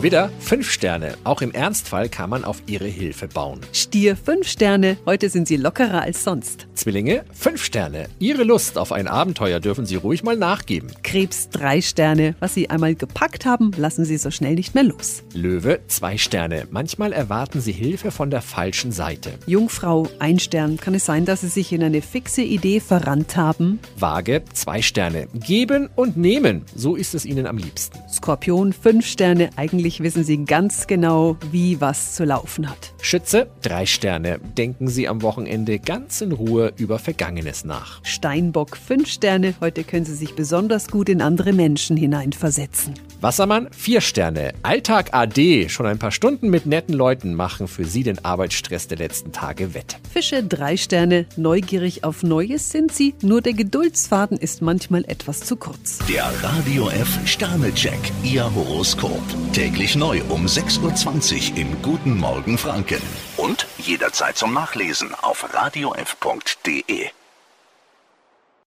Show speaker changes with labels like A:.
A: Widder, 5 Sterne. Auch im Ernstfall kann man auf ihre Hilfe bauen.
B: Stier 5 Sterne, heute sind Sie lockerer als sonst.
A: Zwillinge, 5 Sterne. Ihre Lust auf ein Abenteuer dürfen Sie ruhig mal nachgeben.
B: Krebs 3 Sterne, was Sie einmal gepackt haben, lassen Sie so schnell nicht mehr los.
A: Löwe, 2 Sterne. Manchmal erwarten Sie Hilfe von der falschen Seite.
B: Jungfrau 1 Stern, kann es sein, dass Sie sich in eine fixe Idee verrannt haben?
A: Waage, 2 Sterne. Geben und nehmen. So ist es Ihnen am liebsten.
B: Skorpion 5 Sterne, eigentlich wissen Sie ganz genau, wie was zu laufen hat.
A: Schütze, 3 Sterne. Denken Sie am Wochenende ganz in Ruhe über Vergangenes nach.
B: Steinbock 5 Sterne, heute können Sie sich besonders gut in andere Menschen hineinversetzen.
A: Wassermann, 4 Sterne. Alltag AD. Schon ein paar Stunden mit netten Leuten machen für Sie den Arbeitsstress der letzten Tage wett.
B: Fische 3 Sterne, neugierig auf Neues sind Sie, nur der Geduldsfaden ist manchmal etwas zu kurz.
C: Der Radio F Sternecheck, Ihr Horoskop. Täglich neu um 6.20 Uhr im Guten Morgen Franken. Und jederzeit zum Nachlesen auf radiof.de.